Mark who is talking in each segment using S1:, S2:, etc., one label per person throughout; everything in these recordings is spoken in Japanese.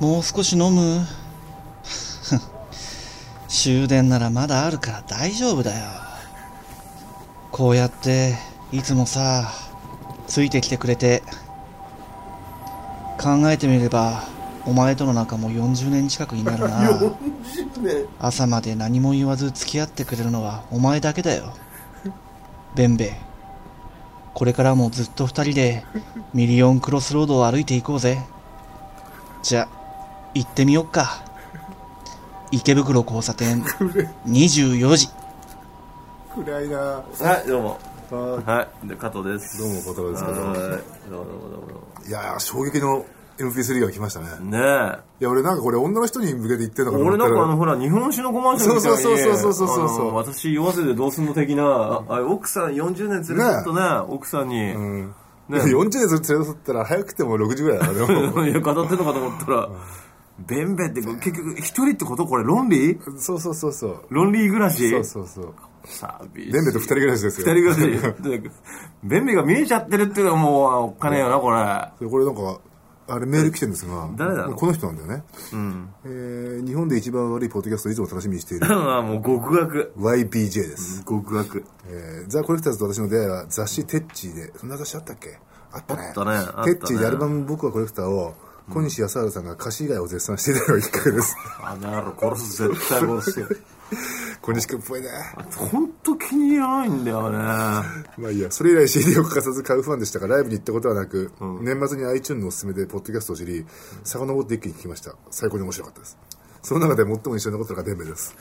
S1: もう少し飲む 終電ならまだあるから大丈夫だよ。こうやって、いつもさ、ついてきてくれて。考えてみれば、お前との仲も40年近くになる な。
S2: 40年
S1: 朝まで何も言わず付き合ってくれるのはお前だけだよ。ベンベ、これからもずっと二人でミリオンクロスロードを歩いていこうぜ。じゃ、行ってみよっか。池袋交差点24時。
S2: 暗いな
S3: はい、どうも。
S2: あー
S3: はい、で加藤です。
S2: どうも加藤ですけど
S3: はい、どうもどうもどうもど
S2: いやー衝撃の MP3 が来ましたね
S3: うも。ね
S2: いや俺なんかこれ女の人に向けて言ってんの
S3: え。
S2: かと思
S3: 俺
S2: ったら
S3: なんかあの、ほら、日本酒のコマーシャルみたいに。
S2: そうそうそうそうそうそうそう
S3: あの私、弱せでどうすんの的な、ああ奥さん40年連れてっとね、奥さんに。
S2: うん
S3: ね
S2: 40年連れ添ったら早くても6時ぐらいだなでも
S3: いや、語ってんのかと思ったら、べんべって、結局、一人ってことこれ、ロンリー
S2: そうそうそうそう
S3: ロンリー暮らし
S2: そうそうそう
S3: 寂しい。
S2: ベンベと二人暮らしですよ
S3: 二人暮らし。でべんべが見えちゃってるっていうのはもう、おっかねえよな、これ。
S2: でこれなんかあれメール来てるんですが
S3: 誰だろう
S2: この人なんだよね、えー日本で一番悪いポッドキャストをいつも楽しみに している
S3: あもう、極悪。
S2: YPJ です、
S3: 極悪。
S2: えーザ・コレクターズと私の出会いは雑誌「テッチーで」そんな雑誌あったっけあったね
S3: あったねあったね
S2: テッチーでアルバム「僕はコレクター」を小西康晴さんが歌詞以外を絶賛していたのが一角です
S3: あの野郎殺す絶対殺すよ
S2: 小西君っぽいね
S3: 本当気に入らないんだよね
S2: まあいいやそれ以来 CD を欠かさず買うファンでしたがライブに行ったことはなく、年末に iTunes のおすすめでポッドキャストを知り遡って一気に聞きました最高に面白かったですその中で最も印象に残ったのがベンベです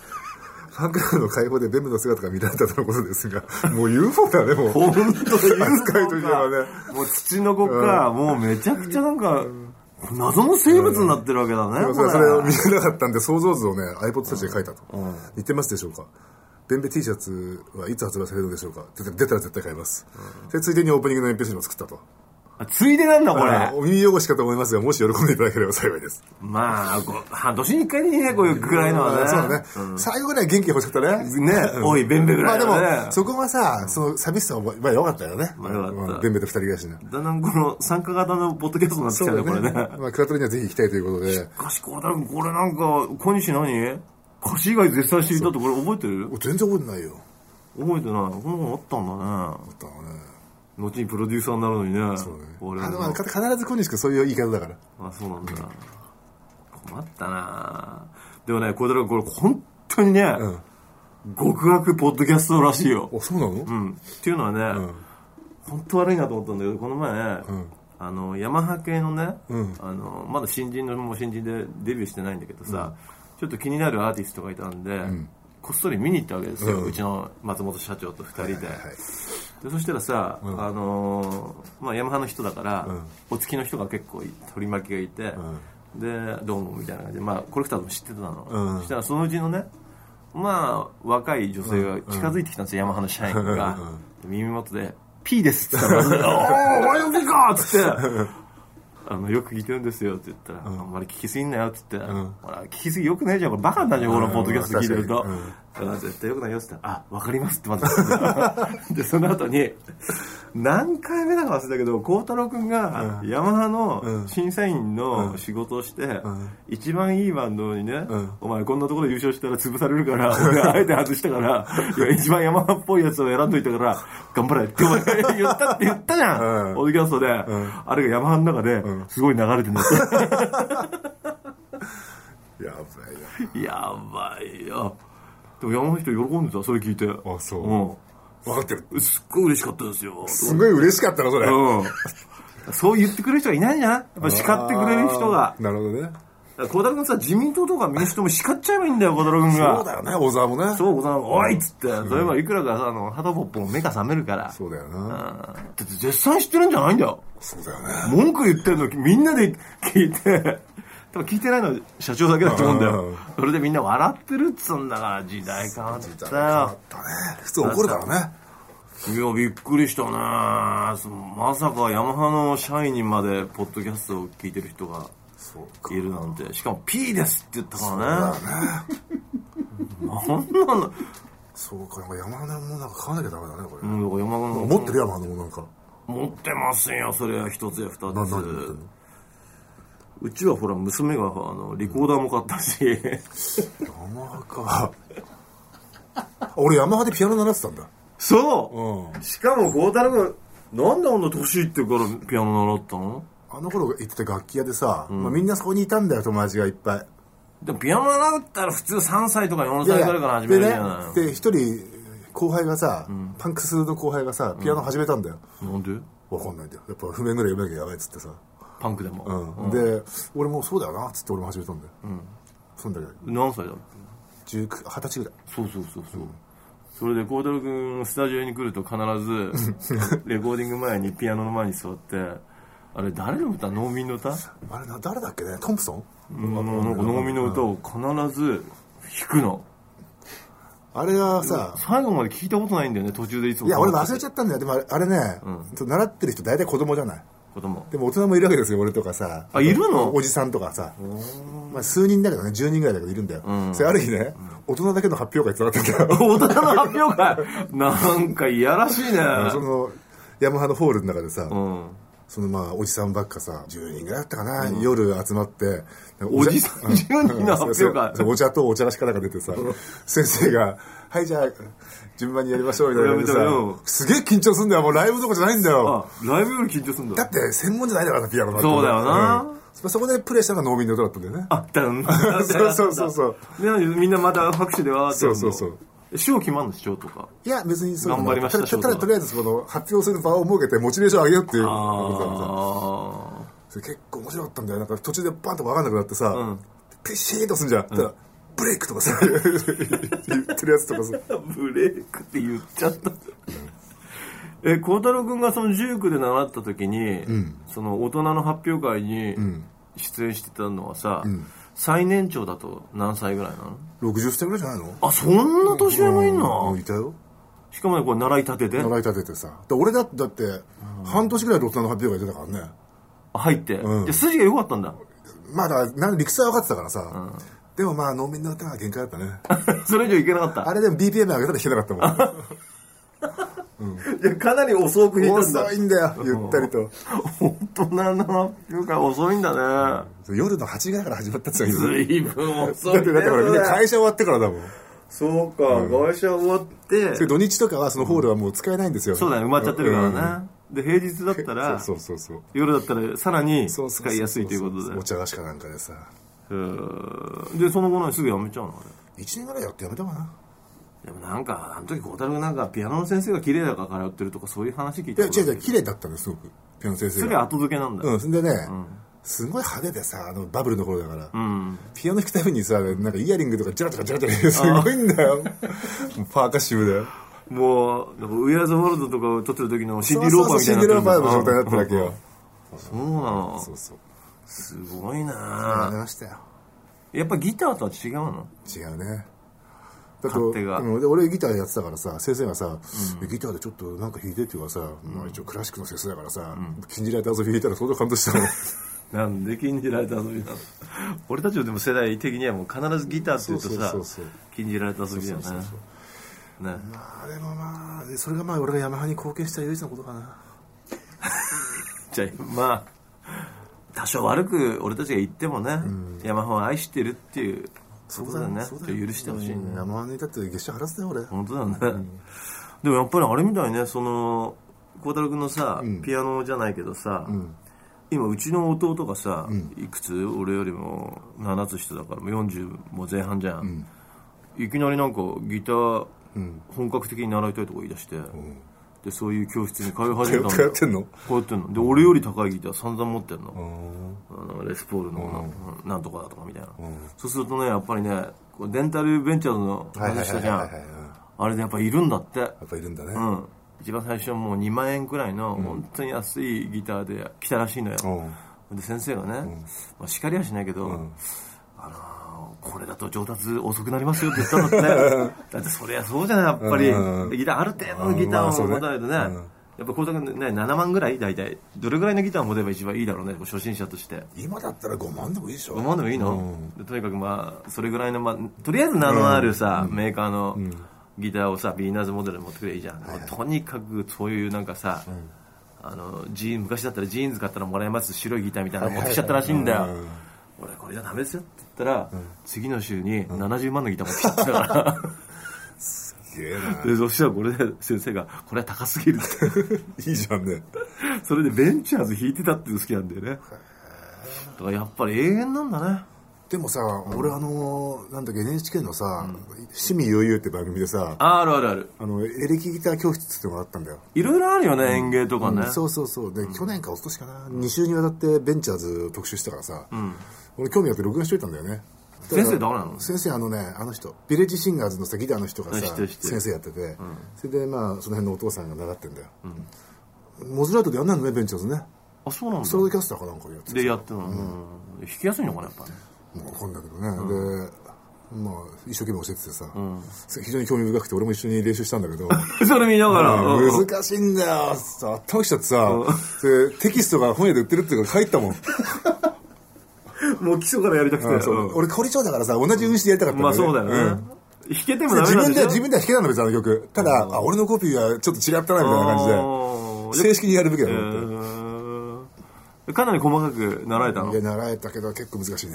S2: ファンクラブの解放でベンベの姿が見られたとのことですがもう UFO だねもう
S3: 本当
S2: 扱いと
S3: 言
S2: いううの
S3: のか
S2: はね
S3: もう土の子か、もうめちゃくちゃなんか、謎の生物になってるわけだ
S2: で
S3: ね、
S2: も
S3: こ
S2: そ
S3: れ
S2: れそれを見れなかったんで想像図をね iPod たちで書いたと、言ってますでしょうかベンベ T シャツはいつ発売されるのでしょうか出て出たら絶対買います、でついでにオープニングの MP3 も作ったと
S3: あついでなんだこれ、
S2: お耳汚しかと思いますがもし喜んでいただければ幸いです
S3: まあこう半年に一回でいいねこういうくらいのはね、
S2: うんそうだね、最後ぐらい元気欲しかったね
S3: ねおいべんべぐ
S2: ま
S3: ら
S2: あ
S3: い
S2: で
S3: の
S2: も、
S3: ね、
S2: そこはさ、その寂しさも、まあよかったよね。
S3: まあよかった
S2: うんベンベと二人暮らしね。
S3: だんだんこの参加型のポッドキャストになってきたねこれね
S2: まあ、クラトリにはぜひ行きたいということ で、
S3: しかしこれだこれなんか小西何歌詞以外絶賛していたってこれ覚えてる
S2: お全然覚えてないよ。
S3: 覚えてないこんなのあったんだね
S2: あったのね。
S3: 後にプロデューサーになるのにね
S2: そうね
S3: 俺
S2: あの、
S3: の
S2: まあ必ず小西君そういう言い方だから。
S3: あそうなんだ困ったなでもねこれだからこれ本当にね、極悪ポッドキャストらしいよ、
S2: お、そうなの
S3: うん、っていうのはね、本当悪いなと思ったんだけどこの前ね、あのヤマハ系のね、あのまだ新人のもう新人でデビューしてないんだけどさ、ちょっと気になるアーティストがいたんで、こっそり見に行ったわけですよ、うちの松本社長と2人で、
S2: はい。
S3: でそしたらさ、あのーまあ、ヤマハの人だから、お付きの人が結構い取り巻きがいて、でどうもみたいな感じで、まあ、コレクターズも知ってたの、
S2: うん
S3: そしたらそのうちのねまあ若い女性が近づいてきたんですよ、ヤマハの社員が、耳元で「P です」 って言ったら「おお俺の P か!」っつって「あのよく聞いてるんですよ」って言ったら「あんまり聞きすぎんなよ」って言って「ほら聞きすぎよくないじゃんこれバカになるじゃんこのポッドキャスト聞いてると」だから絶対よくないよ」って言ったら「あわかります」ってまた でその後に何回目だか忘れたけど孝太郎君がヤマハの審査員の仕事をして、一番いいバンドにね、お前こんなところで優勝したら潰されるから 俺あえて外したからいや一番ヤマハっぽいやつを選んどいたから頑張れってお前言ったって言ったじゃん、
S2: うん
S3: ポッドキャストで、あれがヤマハの中で、すごい流れてるんだって
S2: やばいな。
S3: やばいよでも山の人喜んでたそれ聞いてあ
S2: そ 分かってる。
S3: うん、すっごい嬉しかったですよ
S2: すごい嬉しかったな、それ。
S3: うん、そう言ってくれる人がいないんじゃないやっぱ叱ってくれる人が
S2: あーなるほどね。
S3: だから孝太郎君さ自民党とか民主党も叱っちゃえばいいんだよ孝太郎君が
S2: そうだよね、小沢もね。
S3: そう孝太郎君おいっつって、それはいくらかさあのハタポップも目が覚めるから
S2: そうだよな。
S3: うんだって絶賛してるんじゃないんだよ
S2: そうだよね。
S3: 文句言ってるのみんなで聞いて多分聞いてないの社長だけだと思うんだ
S2: う
S3: よ
S2: ん
S3: それでみんな笑ってるっつうんだから時代変わったよ
S2: だね。普通怒るだろうね。
S3: いや、びっくりしたねそのまさかヤマハの社員にまでポッドキャストを聞いてる人が
S2: そう
S3: いるなんて。しかも P ですって言ったから
S2: だ
S3: ね。
S2: よね。
S3: なんなの
S2: そうか、なんか山田もなんか買わなきゃダメだね、これ。
S3: うん、だからヤマハの
S2: 持ってる山田もなんか。
S3: 持ってますよ、それは一つや二つ。
S2: な何持ってんの
S3: うちはほら娘があのリコーダーも買ったし
S2: ヤマハか俺ヤマハでピアノ習ってたんだ
S3: そう、
S2: うん
S3: しかも孝太郎君なんであんな年いってからピアノ習ったの
S2: あの頃行ってた楽器屋でさ、まあ、みんなそこにいたんだよ友達がいっぱい
S3: でもピアノ習ったら普通3歳とか4
S2: いやい
S3: 歳
S2: や
S3: ぐらいから始め
S2: で
S3: るじ
S2: ね
S3: ゃないの
S2: で一人後輩がさ、パンクスの後輩がさピアノ始めたんだよ、
S3: なんで
S2: わかんないんだよやっぱ譜面ぐらい読めなきゃやばいっつってさ、
S3: パンクでも、
S2: うんで俺もそうだよなっつって俺も始めたんだよ、そんだけ
S3: 何歳だっけ
S2: 19 20歳ぐらい
S3: そうそうそうそう、それで孝太郎君スタジオに来ると 必ずレコーディング前にピアノの前に座ってあれ誰の歌農民の歌あ
S2: あれな誰だっけねトンプソン
S3: のなんか農民の歌を必ず弾くの
S2: あれはさ、
S3: 最後まで聞いたことないんだよね途中でいつも
S2: いや俺忘れちゃったんだよでもあれあれね、習ってる人大体子供じゃない
S3: 子供
S2: でも大人もいるわけですよ俺とかさ
S3: あいるの
S2: おじさんとかさ、まあ、数人だけどね10人ぐらいだけどいるんだよ、それある日ね大人だけの発表会つながったんだよ
S3: 大人の発表会 なんかいやら しいね
S2: そのヤマハのホールの中でさ、
S3: うん
S2: そのまあおじさんばっかさ10人ぐらいだったかな、夜集まって
S3: おじさん10人の
S2: そ
S3: 発表会
S2: うそうそうお茶とお茶菓子かなんか出てさ先生が「はいじゃあ順番にやりましょう」みたいな感じで
S3: やめたよ
S2: さすげえ緊張すんだよもうライブとかじゃないんだよ
S3: あライブより緊張するん
S2: だ
S3: だ
S2: って専門じゃないだからなピアノなんて
S3: そうだよな
S2: うんそこでプレイしたのが農民の音だったんだよね
S3: あったんだ
S2: そうそうそうそう
S3: でみんなまた拍手でわーってやるの
S2: そうそう
S3: 賞決まんの賞とか
S2: いや、別にそういうの
S3: 頑張りました
S2: ただた
S3: 翔
S2: だ
S3: 太
S2: とりあえず、この、発表する場を設けて、モチベーション上げようっていうことなんさ
S3: ああ
S2: それ結構面白かったんだよ。なんか途中でバンと分かんなくなってさ、
S3: うん
S2: ピシーッとすんじゃん。ただブレイクとかさ、言ってるやつとかさ。
S3: ブレイクって言っちゃった。え、孝太郎くんがその19で習った時に、その大人の発表会に出演してたのはさ、最年長だと何歳ぐらいなの
S2: 60歳ぐらいじゃないの
S3: あ、そんな年上もいん
S2: う
S3: の
S2: んいたよ。
S3: しかもね、これ習いたてで
S2: 習い立ててさ。で俺だって、だって、半年ぐらいで大人の発表会出たからね。
S3: 入って。
S2: うん
S3: で筋が良かったんだ。
S2: まあだから、なん理屈は分かってたからさ。でもまあ、農民の歌が限界だったね。
S3: それ以上いけなかった
S2: あ。れでも BPM 上げたら弾けなかったもん。
S3: いや、かなり遅 く弾いたんだ
S2: 遅。いんだよ、ゆったりと。
S3: 大人の発表会遅いんだね。
S2: 夜の8時ぐらいから始まったっつってたけど
S3: 随分遅
S2: だ
S3: いね。
S2: ってだってほらみんな会社終わってからだもん
S3: そうか、会社終わっ て。
S2: それ土日とかはそのホールはもう使えないんですよ
S3: そうだね、埋まっちゃってるからね。で、平日だった
S2: うん
S3: ら、
S2: そうそうそう
S3: 夜だったらさらに
S2: そうそうそう
S3: 使いやすいということで
S2: お。茶菓子かなんかでさ
S3: うんで、その後なんですぐやめちゃうのあ
S2: 1年ぐらいやってやめたかな
S3: れ。でもなんか、あの時、小太郎なんか、ピアノの先生が綺麗だから通ってるとか、そういう話聞い
S2: い
S3: た
S2: や
S3: ことあ
S2: 違
S3: る
S2: う違う綺麗だったんですすごくピアノ先
S3: そ
S2: 生
S3: れは
S2: が
S3: 後付けなんだ
S2: う
S3: よ。
S2: んそんでねすごい派手でさあのバブルの頃だから
S3: うん。
S2: ピアノ弾くためにさなんかイヤリングとかジャラジャラジャラジャラすごいんだよもうパーカッシブだよ
S3: もう、なんかウェアズ・ワールドとかを撮ってる時の CD
S2: そう
S3: ロー
S2: そ
S3: パ
S2: う
S3: ーみた
S2: シ
S3: い
S2: ンデ
S3: に
S2: レ
S3: な
S2: ラ
S3: ってるん
S2: ファイブの状態にな
S3: だ
S2: ってるわけ
S3: うん
S2: よ
S3: そうなの
S2: そうそう
S3: すごい
S2: や
S3: な
S2: めましたよ
S3: やっぱギターとは違うの
S2: 違うねだと
S3: 勝手が
S2: うんで俺ギターやってたからさ先生がさ、ギターでちょっとなんか弾いてって言うからさ、まあ、一応クラシックの先生だからさ、禁じられた遊び弾いたら相当感動したの
S3: なんで禁じられた遊びなの 俺たちのでも世代的にはもう必ずギターって言うとさ
S2: そうそうそうそう
S3: 禁じられた遊びだよね
S2: そうそうそう
S3: ね
S2: あでもまあそれがまあ俺がヤマハに貢献した唯一のことかな
S3: じゃあまあ多少悪く俺たちが言ってもね、ヤマハを愛してるっていうことだよねちょ
S2: そう
S3: っ
S2: だ
S3: と
S2: よ
S3: 許してほしいね、
S2: うんヤマハにだって月謝払ってたよ俺、
S3: 本当だよね、でもやっぱりあれみたいねその孝太郎君のさ、ピアノじゃないけどさ、今うちの弟がさ、いくつ俺よりも7つ下だからもう40も前半じゃん、いきなりなんかギター本格的に習いたいとか言い出して、でそういう教室に通い始めたんだよ
S2: 通通ってんの
S3: こうやってんので俺より高いギター散々持ってんのあのレスポールのなんかなんとかだとかみたいなそうするとねやっぱりねこうデンタルベンチャーズの話したじゃ
S2: はいはいはいはいはい
S3: んあれでやっぱいるんだって
S2: やっぱいるんだね、
S3: うん一番最初もう2万円くらいの本当に安いギターで来たらしいのよ、で先生がね、まあ、叱りはしないけど、あのーこれだと上達遅くなりますよって言ったの って、だってそりゃそうじゃない、やっぱり、ギターある程度のギターを持たないとね、やっぱこうたくね、7万ぐらい大体、どれぐらいのギターを持てば一番いいだろうね、こう初心者として。
S2: 今だったら5万でもいいでしょ
S3: 5万でもいいの、でとにかくまあそれぐらいの、まあ、とりあえず名のあるさ、メーカーのギターをさビーナーズモデルに持ってくればいいじゃん、とにかくそういうなんかさ、あのジーン昔だったらジーンズ買ったらもらえます白いギターみたいなの持ってきちゃったらしいんだよ、俺これじゃダメですよって言ったら、次の週に70万のギター持ってきちゃったから、
S2: すげえ な
S3: でそしたらこれで先生が「これは高すぎる」って
S2: いいじゃんね
S3: それでベンチャーズ弾いてたっていうの好きなんだよねだからやっぱり永遠なんだね
S2: でもさ、俺あのーなんだっけ NHK のさ「趣味悠々」って番組でさあ
S3: あるあるある
S2: のエレキギター教室っていうのがあったんだよ
S3: いろいろあるよね、園芸とかね、
S2: そうそうそうで、去年か一昨年かな2週にわたってベンチャーズ特集したからさ、俺興味あって録画しといたんだよね
S3: 先生誰なの
S2: 先生あのねあの人ビレッジシンガーズのさギターの人がさ
S3: 知ってる知ってる
S2: 先生やってて、それでまあその辺のお父さんが習ってんだよ、モズラートでやんないのねベンチャーズね
S3: あそうなんだ
S2: ソロキャスターかなんかでやって
S3: でやってるの、うん、弾きやすいのかなやっぱね
S2: もう分かんないけどね、でまあ一生懸命教えててさ、非常に興味深くて俺も一緒に練習したんだけ ど
S3: それ見ながら、うん
S2: 難しいんだよさ頭きちゃってさ、でテキストが本屋で売ってるっていうから帰ったもん、
S3: もう基礎からやりたくて、
S2: そう俺鳥長だからさ同じ運指でやりたかったん
S3: まあそうだよね、
S2: うん
S3: 弾けても
S2: で
S3: ダ
S2: 自
S3: メなん
S2: 分
S3: で
S2: で
S3: しょ
S2: 自分では弾けたの別にあの曲ただ、あ俺のコピーはちょっと違ったなみたいな感じで
S3: あー
S2: 正式にやるべきだと
S3: え
S2: 思って、
S3: ーかなり細かく習えたの
S2: いや習えたけど結構難しいね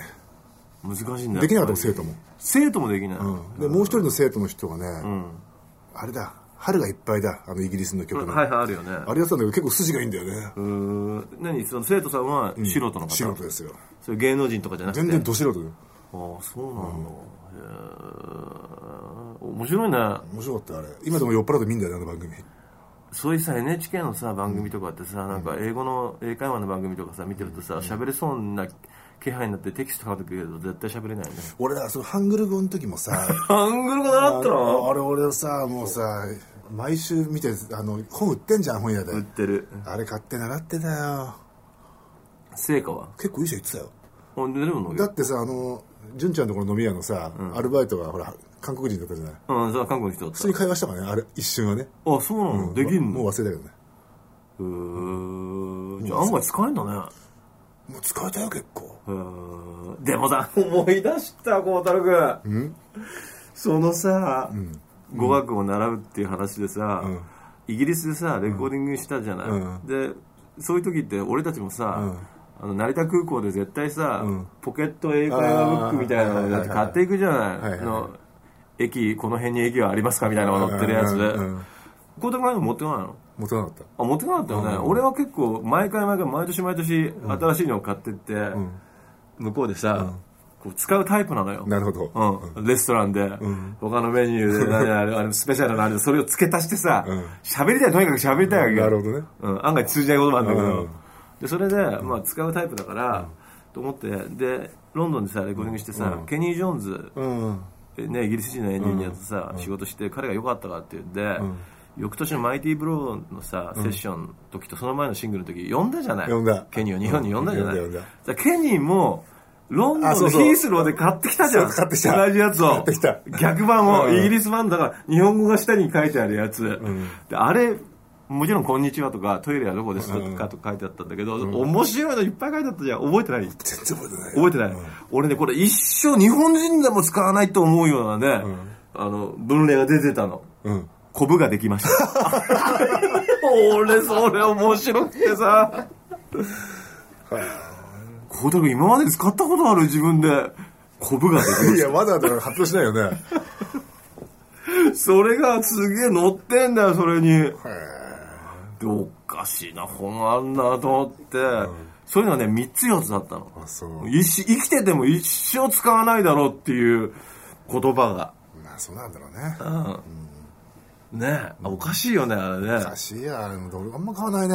S3: 難しいんだよ
S2: できなかったもん生徒も、
S3: 生徒もできない、
S2: でもう一人の生徒の人がね、あれだ春がいっぱいだあのイギリスの曲の、
S3: はいはいあるよね
S2: あれやってたんだけど結構筋がいいんだよね、
S3: うーん何その生徒さんは素人の方、
S2: 素人ですよ
S3: それ芸能人とかじゃなくて
S2: 全然ど素人だよ
S3: ああそうなんだ、へえ面白いね
S2: 面白かったよあれ今でも酔っ払って見んだよねあの番組
S3: そういうさ NHK のさ番組とかってさなんか英語の英会話の番組とかさ見てるとさ喋れそうな気配になってテキスト書くけど絶対喋れないよ ね
S2: 俺らそのハングル語の時 もさ
S3: ハングル語習ったの
S2: あれ俺さもうさ毎週見てあの本売ってんじゃん本屋で
S3: 売ってる
S2: あれ買って習ってたよ
S3: 成果は
S2: 結構いい人言ってたよ
S3: ほんででも
S2: だってさあの純ちゃんのところの飲み屋のさ、アルバイトがほら韓国人だったじゃない
S3: うん、それは韓国の人だっ
S2: 普通に会話したからねあれ一瞬はね
S3: た。あ、そうなの、できん
S2: もう
S3: の
S2: 忘れたけどね
S3: うーん。じゃあ案外使えんだね。
S2: もう使えたよ結構
S3: うーん。でもさ、思い出した、孝太郎くん。そのさ、語学を習うっていう話でさ、イギリスでさ、レコーディングしたじゃない。
S2: うん
S3: で、そういう時って俺たちもさ、あの成田空港で絶対さ、ポケット英会話ブックみたいなのだって買っていくじゃない,、
S2: はいはいはいはいはい
S3: の駅この辺に駅はありますかみたいなのが載ってるやつで
S2: うんうんうん
S3: 孝太郎君持ってこないの
S2: 持たなかった
S3: あ持ってなかったよね、俺は結構毎回毎回毎年毎年新しいのを買ってって、向こうでさ、こう使うタイプなのよ
S2: なるほど、
S3: うん、レストランで、他のメニューで何々あれあれスペシャルなあれでそれを付け足してさ喋、りたいとにかく喋りたいわけよ
S2: なるほどね
S3: うん、案外通じないこともあるんだけど、
S2: うん
S3: でそれで、まあ、使うタイプだから、と思ってでロンドンでさレコーディングしてさ、ケニー・ジョーンズ
S2: うん
S3: ね、イギリス人のエンジニアとさ、仕事して彼が良かったからって言って、翌年のマイティブローのさ、セッションの時とその前のシングルの時呼んだじゃない
S2: 呼んだ
S3: ケニーを日本に呼んだじゃない、
S2: うん呼んだ呼んだ
S3: だからケニーもロンドン
S2: あそ
S3: の
S2: う
S3: ヒ
S2: そう
S3: ースローで買ってきたじゃん
S2: そう買ってきた
S3: 同じやつを
S2: 買ってきた
S3: 逆版を、
S2: うん
S3: イギリス版だから日本語が下に書いてあるやつ、であれもちろん「こんにちは」とか「トイレはどこですか?」とか書いてあったんだけど、面白いのいっぱい書いてあったじゃん覚えてない
S2: 全然覚えてない
S3: 覚えてない、俺ねこれ一生日本人でも使わないと思うようなね、あの文例が出てたの
S2: うん
S3: コブができました 俺それ面白くてさ孝太君今まで使ったことある自分でコブがで
S2: い
S3: き
S2: やわざわざ発表しない よね
S3: るそれがすげえ乗ってんだよそれに
S2: へ
S3: でおかしいな本あんなと思って、そういうのはね3つ4つだったの
S2: ーあそう
S3: 一生生きてても一生使わないだろうっていう言葉が
S2: まあそうなんだろうね
S3: ねえあおかしいよねあれね
S2: おかしいやあれもどれあんま買わないね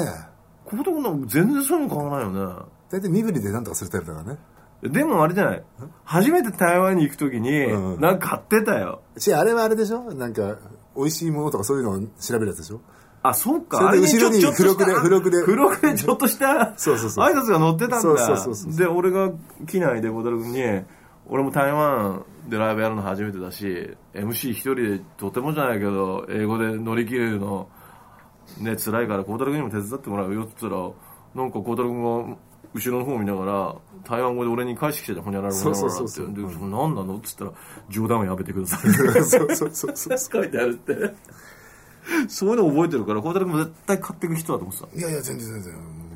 S3: このとこなんか全然そういうの買わないよ
S2: 大体身振りで何とかするタイプだからね
S3: ねでもあれじゃない初めて台湾に行く時に
S2: うん
S3: なんか買ってたよ
S2: しあれはあれでしょなんか美味しいものとかそういうのを調べるやつでしょ
S3: あそっか
S2: そ
S3: あ
S2: れで
S3: に
S2: 後ろに
S3: ちょちょっとした
S2: 付録で
S3: 付
S2: 付
S3: 録でちょっとした
S2: そうそうそう
S3: 挨拶が載ってたん
S2: そう
S3: だ
S2: そうそうそう
S3: で俺が機内で小太郎君に俺も台湾でライブやるの初めてだし MC 一人でとてもじゃないけど英語で乗り切れるのね辛いから孝太郎君にも手伝ってもらうよって言ったらなんか孝太郎君が後ろの方見ながら台湾語で俺に返してきてたほにゃららほにゃらら
S2: そうそう
S3: っ
S2: そ
S3: て
S2: うそう
S3: で「何なの?」っつったら「冗談はやめてください」
S2: そうそうそうそう
S3: 書いてあるってそういうの覚えてるから孝太郎君も絶対買っていく人だと思ってた
S2: いやいや全然全然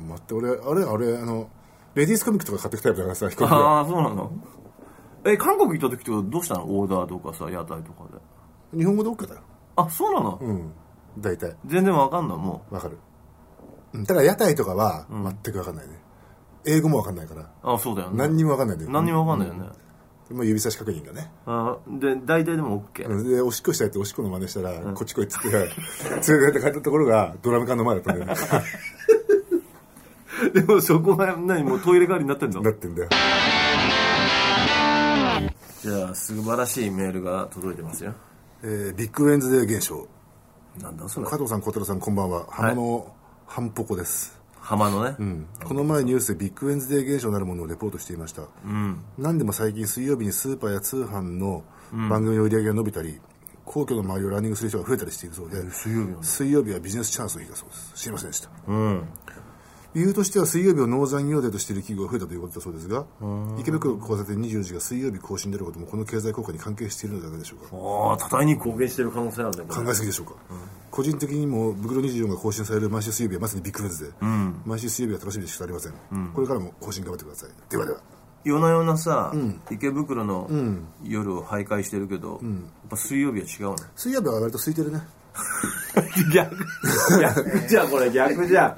S2: 待って俺あれあれあのレディースコミックとか買ってきたタイプだからさ飛行機で
S3: ああそうなのえ韓国行った時とかどうしたのオーダーとかさ屋台とかで
S2: 日本語で OK だよ
S3: あそうなの、
S2: うん大体
S3: 全然わかんないも
S2: わかるうんだから屋台とかは全く分かんないね、英語も分かんないから
S3: うあそうだよね
S2: 何にも分かんないんだよ
S3: 何にもわかんないよね、
S2: まあ、指差し確認がね
S3: あで大体でも OK、
S2: でおしっこしたいっておしっこの真似したら、こっち来いっつって連れて って帰ったところがドラム缶の前だったんだよね
S3: でもそこは何もうトイレ代わりになってんの
S2: なってんだよ
S3: じゃあ素晴らしいメールが届いてますよ
S2: えービッグウェンズデー現象
S3: なんだそれ
S2: 加藤さん小太郎さんこんばんは浜のハンポコです、
S3: 浜のね、
S2: うんこの前ニュースでビッグウェンズデー現象なるものをレポートしていました、何でも最近水曜日にスーパーや通販の番組の売り上げが伸びたり、皇居の周りをランニングする人が増えたりしているそうで、水曜日はビジネスチャンスの日だそうです知りませんでした、理由としては水曜日を農産業デーとしている企業が増えたということだそうですが池袋交差点24時が水曜日更新であることもこの経済効果に関係しているのではないでしょうか
S3: ああ多大に貢献してる可能性あるねこれ
S2: 考えすぎでしょうか、個人的にも袋24が更新される毎週水曜日はまさにビッグフェスで、毎週水曜日は楽しみでしかありません、これからも更新頑張ってくださいではでは
S3: 夜な夜なさ、池袋の夜を徘徊してるけど、やっぱ水曜日は違うの
S2: 水曜日は割と空いてるね
S3: 逆逆じゃんこれ逆じゃん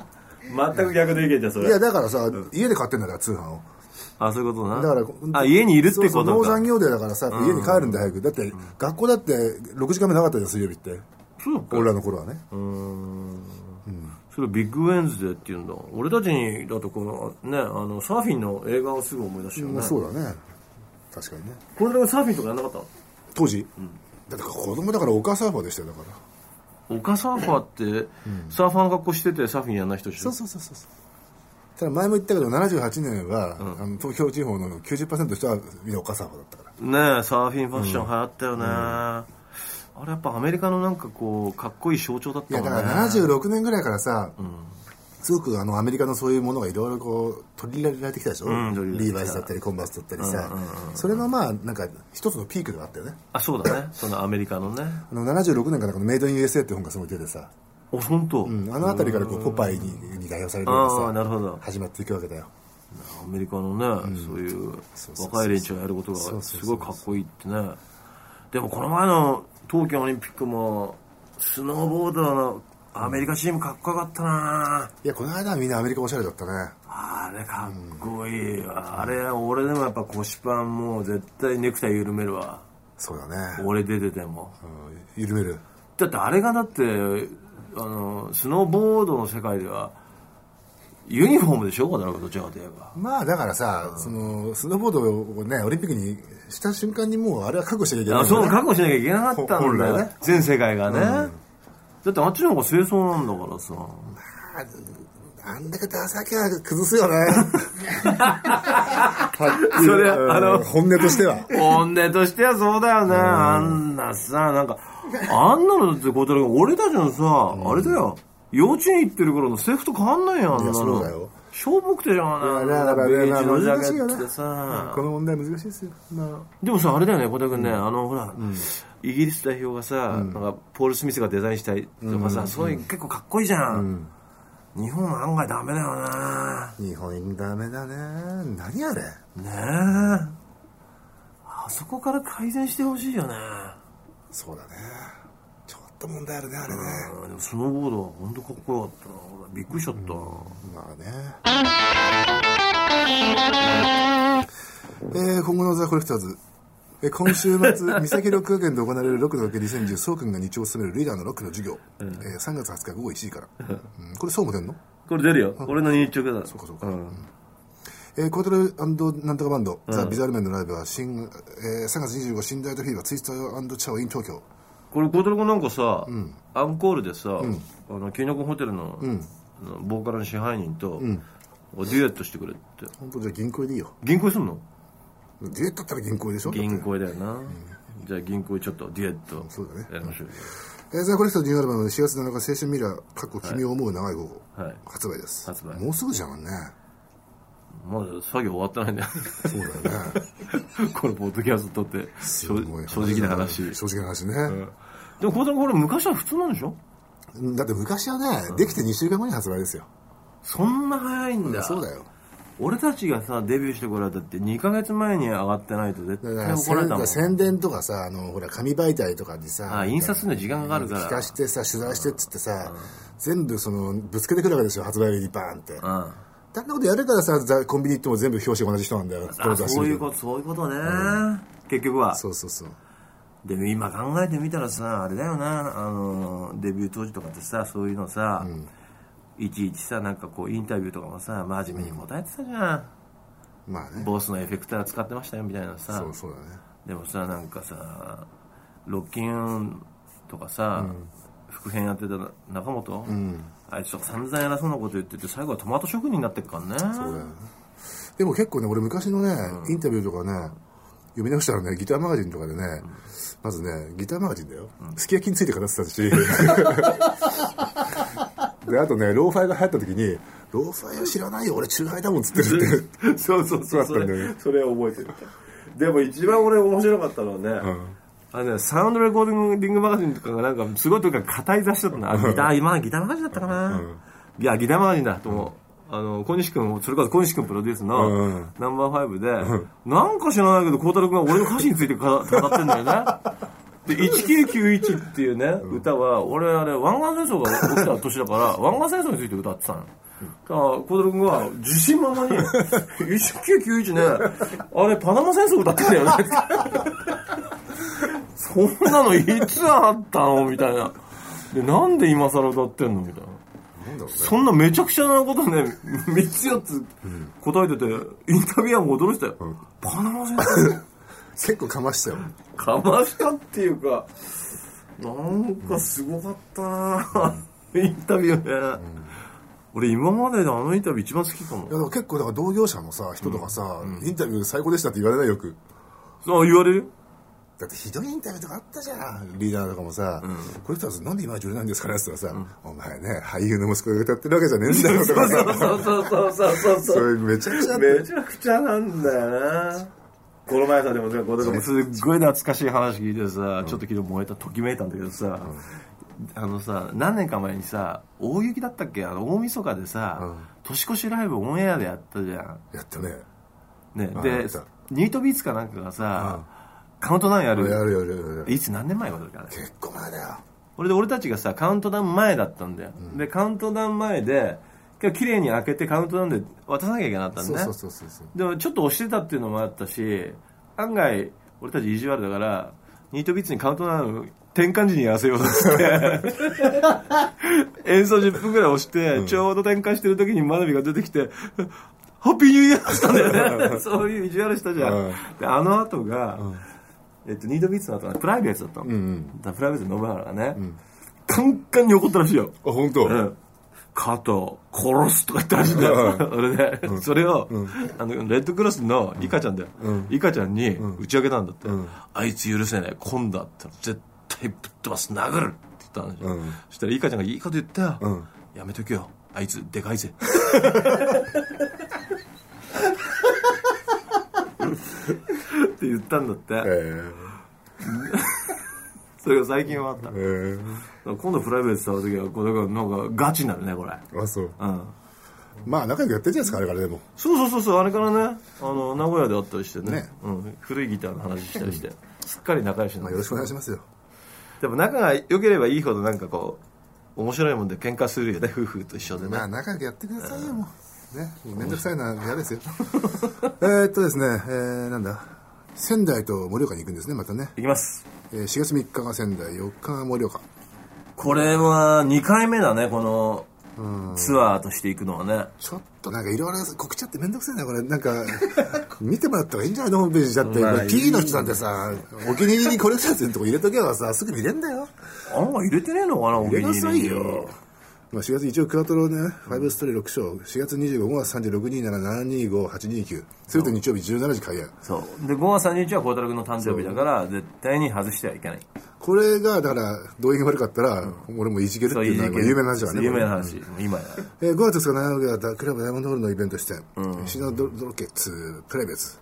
S3: 全く逆の意見じゃんそ
S2: いやだからさ、家で買ってんだから通販を
S3: あそういうことな
S2: だから
S3: あ家にいるってことか
S2: そうそう農産業デーだからさ家に帰るんだよ早くだって学校だって6時間目なかったじゃん水曜日って
S3: そうか
S2: 俺らの頃はね
S3: それビッグウェンズデーっていうんだ俺たちにだとこのねあのサーフィンの映画をすぐ思い出しちゃうね、
S2: まあそうだね確かにね
S3: これでサーフィンとかやんなかった
S2: 当時、だって子供だからお母サーファーでしたよだから
S3: の丘サーファーって、サーファーの格好しててサーフィンやんない人でし
S2: そ
S3: ょ
S2: うそうそうそうただ前も言ったけど78年は、あの東京地方の90%の人はみんなお母さんだったから
S3: ねえサーフィンファッション流行ったよね、あれやっぱアメリカのなんかこうかっこいい象徴だっ
S2: い
S3: た
S2: や
S3: もん
S2: だ
S3: ね
S2: から76年ぐらいからさ、すごくあのアメリカのそういうものがいろいろこう取り入れられてきたでしょ、
S3: ん取り入れてきた
S2: リーバイスだったりコンバースだったりさ、それのまあなんか一つのピークではあったよね
S3: あそうだ ねそのアメリカのね
S2: あの76年からこのメイドイン USA って本がすごい出てさ、
S3: お本当、
S2: うんあの辺りからこうポパイにに代表される
S3: あ
S2: の
S3: あ
S2: が
S3: ーな
S2: さ
S3: るほど
S2: 始まっていくわけだよ
S3: アメリカのね、そういう
S2: そうそうそう
S3: 若い連中がやること
S2: そうそ
S3: が
S2: うそう
S3: すごいかっこいいってねでもこの前の東京オリンピックもスノーボードのアメリカチームかっこよかったない
S2: やこの間はみんなアメリカおしゃれだったね
S3: あれかっこいいわあれ俺でもやっぱ腰パンもう絶対ネクタイ緩めるわ
S2: そうだね、
S3: 俺出てても
S2: うん緩める
S3: だってあれがだってあのスノーボードの世界ではユニフォームでしょこだろうどちらかといえば
S2: まあだからさ、そのスノーボードをねオリンピックにした瞬間にもうあれは覚悟しなきゃいけない
S3: あそう
S2: か
S3: 覚悟しなきゃいけなかったんだよ
S2: 本来
S3: ね
S2: ね
S3: 全世界がね、だってあっちの方が清掃なんだからさ
S2: あんだけダサきゃ崩すよ ねはっきり
S3: それ
S2: うん
S3: あの
S2: 本音としては
S3: 本音としてはそうだよねあんなさなんか あんなのだって孝太郎君俺たちのさ、あれだよ幼稚園行ってる頃の制服と変わんないよあんな
S2: い
S3: の
S2: やそうだよ
S3: しょぼくてじゃない
S2: いやだからね
S3: ベージュのジャ
S2: 難しい
S3: ケ
S2: よね
S3: ットでさ、
S2: この問題難しいですよ、ま
S3: でもさ、あれだよね、小田君ね、あの、ほら、イギリス代表がさ、なんか、ポール・スミスがデザインしたりとかさ、そういう、結構かっこいいじゃん。日本は案外ダメだよな
S2: あ、日本ダメだね何あれ
S3: ねえ。あそこから改善してほしいよね。
S2: そうだねちょっと問題あるねあれね、
S3: うんでもスノーボードは本当かっこよかったな。俺びっくりしちゃった。
S2: まあねえー今後のザ・コレクターズえー今週 末三崎ロック学園で行われる「ロックの学園2010」総君が日長を務めるリーダーのロックの授業、えー3月20日午後1時から、うんこれそうも出んの
S3: これ出るよ。俺の日直だ。そう
S2: かそうか
S3: ん
S2: えー、コートルなんとかバンド、ザ・ビザルメンのライブは新、えー、3月25日、新大都フィーバー、ツイストチャオイン東京。
S3: これ孝太郎君なんかさ、アンコールでさ、あのキーナコホテルの,、あのボーカルの支配人と、デュエットしてくれって
S2: 本当じゃあ銀行でいいよ。
S3: 銀行すんの
S2: デュエットだったら銀行でしょ
S3: 銀行だよな、じゃあ銀行ちょっとデュエット
S2: そうだね
S3: やりましょうよ
S2: えー、ザ・コレクターズニューアルバムの4月7日、青春ミラー、過去君を思う長い午後、
S3: はい
S2: 発売です。
S3: 発売
S2: もうすぐじゃんね。
S3: まだ作業終わって ないんだよ
S2: そうだよね。
S3: このポッドキャスト撮って
S2: す
S3: 正
S2: ごい
S3: 正直な話で
S2: 正直な話ね。
S3: も孝太郎君これ昔は普通なんでしょ
S2: だって昔はね、できて2週間後に発売ですよ。
S3: そんな早いんだ、
S2: そうだよ。
S3: 俺たちがさデビューしてこられたって2か月前に上がってないと絶
S2: だか
S3: 対
S2: ら
S3: 怒られたもん
S2: 宣伝とかさ、あの、ほら、紙媒体とかにさ、
S3: あ印刷するの時間かかるから
S2: 聞かしてさ、取材してっつってさ、全部その、ぶつけてくるわけですよ、発売日にバーンって。だ
S3: うん
S2: んなことやるからさ、ざコンビニ行っても全部表紙同じ人なんだよ、。
S3: あそういうこととそういうことね、結局は
S2: そうそうそう。
S3: でも今考えてみたらさあれだよなあのデビュー当時とかってさそういうのさ、いちいちさなんかこうインタビューとかもさ真面目に答えてたじゃん、
S2: まあね。
S3: ボスのエフェクター使ってましたよみたいなさ
S2: そうそうだね。
S3: でもさなんかさロッキンとかさ、副編やってた中本、あいつとか散々偉そうなこと言ってて最後はトマト職人になってっからねそうだよ
S2: でも結構ね、俺昔のね、インタビューとかね、読み直したらね、ギターマガジンとかでね、まずね、ギターマガジンだよ。すき焼きについて語ってたし。 で、あとね、ローファイが流行った時に、ローファイは知らないよ、俺、チューハイだもんっつってるって。
S3: そうそうそう
S2: そ
S3: そ
S2: うだったんだよね
S3: れそれ覚えてるでも一番俺面白かったのはね、あのね、サウンドレコーディングマガジンとかがなんかすごいとから硬い雑誌だったなあギター今ギターマガジンだったかな、いやギターマガジンだと思う、あの小西君それから小西君プロデュースの
S2: うん
S3: ナンバーファイブで、なんか知らないけど孝太郎君が俺の歌詞について 語語ってんだよねで1991っていうね、歌は俺あれ湾岸戦争が起きた年だから湾岸戦争について歌ってたのだから孝太郎君は自信満々に「1991ねあれパナマ戦争歌ってたよね」ってそんなのいつあったのみたいな。で、なんで今更歌ってんのみたいな。
S2: なんだろうね。
S3: そんなめちゃくちゃなことね、3つ4つ答えてて、インタビュアーも驚いてたよ。パナマ先生
S2: 結構かましたよ。
S3: かましたっていうか、なんかすごかったな、インタビューね。俺今までであのインタビュー一番好きかも
S2: いや。でも結構、だから同業者のさ、人とかさ、インタビュー最高でしたって言われないよく。
S3: そう言 われる
S2: だってひどいインタビューとかあったじゃんリーダーとかもさ、これ人はなんで今売れないんですかねって言ったらさ、お前ね俳優の息子が歌ってるわけじゃねえんだよと
S3: そう
S2: かさ
S3: そうそうそうそう
S2: そ
S3: そう。
S2: れめちゃくちゃあって
S3: めちゃくちゃなんだよなこの前さでもさこれとかもすっごい懐かしい話聞いてさ、ちょっと昨日燃えたときめいたんだけどさ、あのさ何年か前にさ大雪だったっけあの大晦日でさ、年越しライブオンエアでやったじゃん
S2: やったね
S3: ね
S2: あや
S3: で
S2: った
S3: ニートビーツかなんかがさ、カウントダウンや
S2: や
S3: る
S2: るやるやるやる
S3: いつ何年前かだから
S2: 結構前だよ
S3: 俺で俺たちがさカウントダウン前だったんだよ、でカウントダウン前で今日綺麗に開けてカウントダウンで渡さなきゃいけなかったんだ
S2: そ
S3: ね
S2: うそうそうそうそう
S3: でもちょっと押してたっていうのもあったし案外俺たち意地悪だからニートビッツにカウントダウン転換時にやらせようとして 演奏10分ぐらい押して、ちょうど転換してる時に真鍋が出てきて「ハッピーニューイヤー!」したんだよね そういう意地悪したじゃん、
S2: うん
S3: であの後が、えっと、ニートビッツの後はプライベートだったの、だからプライベートの信原がね、カンカンに怒ったらしいよ
S2: あ本当、
S3: うん加藤、殺すとか言って走ったよ。俺ね、それを、あの、レッドクロスのイカちゃんだよ。イカちゃんに打ち上げたんだって。あいつ許せない、今度だって絶対ぶっ飛ばす、殴るって言ったんですよ。そしたらイカちゃんがいいこと言ったよ。やめとけよ、あいつでかいぜ。って言ったんだって。
S2: えー
S3: それが最近はあった。
S2: えー
S3: 今度プライベート触るときは、これがなんかガチになるね、これ。
S2: あそう
S3: うん。
S2: まあ仲良くやってるじゃないですかあれからでも
S3: そうそうそうそうあれからねあの名古屋で会ったりしてね
S2: ね
S3: うん、古いギターの話したりしてすっかり仲良しなん
S2: ま
S3: で
S2: あよろしくお願いしますよ
S3: でも仲が良ければいいほどなんかこう面白いもんで喧嘩するよね夫婦と一緒でね、
S2: まあ仲良くやってくださいよもうねめんどくさいな嫌 ですよえーっとですねえー、なんだ仙台と盛岡に行くんですねまたね、
S3: いきます
S2: えー、4月3日が仙台4日が盛岡
S3: これは2回目だねこのツアーとして行くのはね
S2: ちょっとなんかいろいろ告知あってめんどくせえな、これ。なんか、 見てもらった方がいいんじゃないのホームページだって。
S3: まあ
S2: P の人なんてさ、お気に入りにコレクターズのとこ入れとけばさ、すぐ見れんだよ。
S3: あんま入れてねえのかなお
S2: 入
S3: 気
S2: れな
S3: に
S2: さ
S3: 入
S2: い
S3: りに
S2: よ。まあ4月一応クワトロね、5ストーリー6章、4月25、5月36、27、725、829。すべて日曜日17時開演。
S3: そうで5月30日は孝太郎君の誕生日だから絶対に外してはいけない
S2: これが、だから、動員が悪かったら、俺もいじけるって
S3: そう
S2: いうのは有名な話だからね。
S3: 有名な話、もう今や
S2: えー、5月ですか、長岡がクラブダイヤモンドホールのイベント出演。シナドロケッツ、プライベート。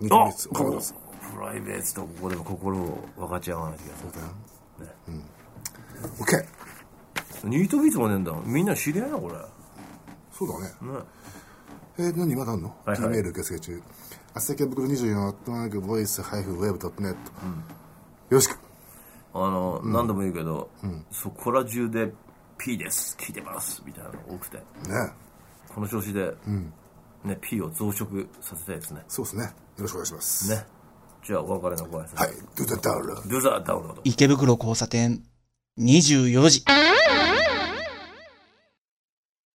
S2: 日
S3: あ
S2: 曜日、岡
S3: こう
S2: 松
S3: プライベートとここでも心を分かち合わないといけない
S2: オッケー
S3: ニートビーツもねえんだみんな知り合いなこれ
S2: そうだね
S3: ね
S2: えー、何まだあんの、
S3: はいは
S2: ?T
S3: い
S2: メール受付中。あっせけぶくろ24アットマークボイス -web.net。よろしく。
S3: あの、何度も言うけど、そこら中で「P です聞いてます」みたいなの多くて
S2: ね
S3: この調子で、ね、P を増殖させたいですね
S2: そうですね。よろしくお願いします。
S3: ねじゃあお別れのご挨拶
S2: はい。ドゥダダウラ。
S3: ドゥザダウンロード
S1: 池袋交差点24時。